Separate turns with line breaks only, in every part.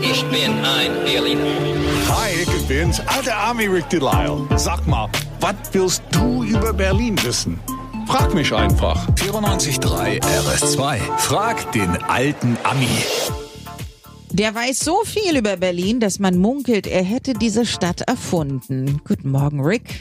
Ich bin ein Berliner.
Hi, ich bin's, alter Army Rick Delisle. Sag mal, was willst du über Berlin wissen? Frag mich einfach.
94.3 RS2. Frag den alten Ami.
Der weiß so viel über Berlin, dass man munkelt, er hätte diese Stadt erfunden. Guten Morgen, Rick.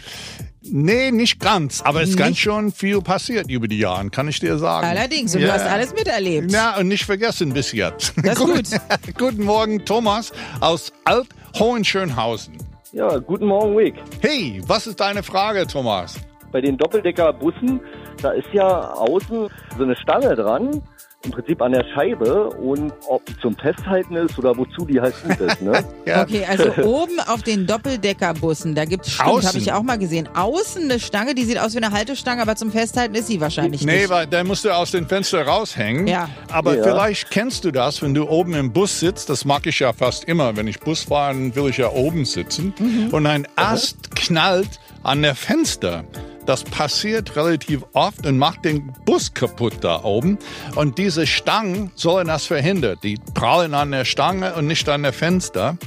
Nee, nicht ganz, aber es ist
Nicht?
ganz schön viel passiert über die Jahre, kann ich dir sagen.
Allerdings, und du
Ja.
hast alles miterlebt.
Na, und nicht vergessen bis jetzt.
Das ist gut.
Guten Morgen, Thomas aus Alt Hohenschönhausen.
Ja, guten Morgen, Wick.
Hey, was ist deine Frage, Thomas?
Bei den Doppeldecker-Bussen, da ist ja außen so eine Stange dran, im Prinzip an der Scheibe. Und ob die zum Festhalten ist oder wozu die halt gut ist, ne?
Ja,
Okay, also oben auf den Doppeldeckerbussen, da gibt's stimmt,
Außen.
habe ich auch mal gesehen. Außen eine Stange, die sieht aus wie eine Haltestange, aber zum Festhalten ist sie wahrscheinlich
Nee,
nicht.
weil dann musst du aus dem Fenster raushängen.
Ja.
Aber
Ja.
vielleicht kennst du das, wenn du oben im Bus sitzt. Das mag ich ja fast immer. Wenn ich Bus fahre, dann will ich ja oben sitzen.
Mhm.
Und ein Ast knallt an der Fenster. Das passiert relativ oft und macht den Bus kaputt da oben. Und diese Stangen sollen das verhindern. Die prallen an der Stange und nicht an der Fenster.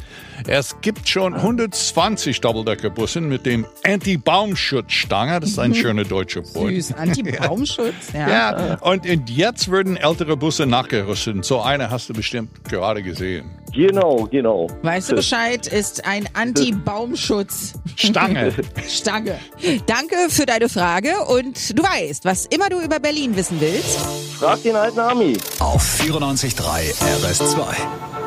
Es gibt schon 120 Doppeldeckerbussen mit dem Anti-Baumschutzstange. Das ist
Mhm.
ein schöner deutscher Wort.
Süß, Anti-Baumschutz. ja.
Ja, und, und jetzt würden ältere Busse nachgerüstet. So eine hast du bestimmt gerade gesehen.
Genau, genau.
Weißt du Bescheid, ist ein Anti-Baumschutz.
Stange.
Stange. Danke für deine Frage und du weißt, was immer du über Berlin wissen willst.
Frag den alten Ami.
Auf 94.3 RS2.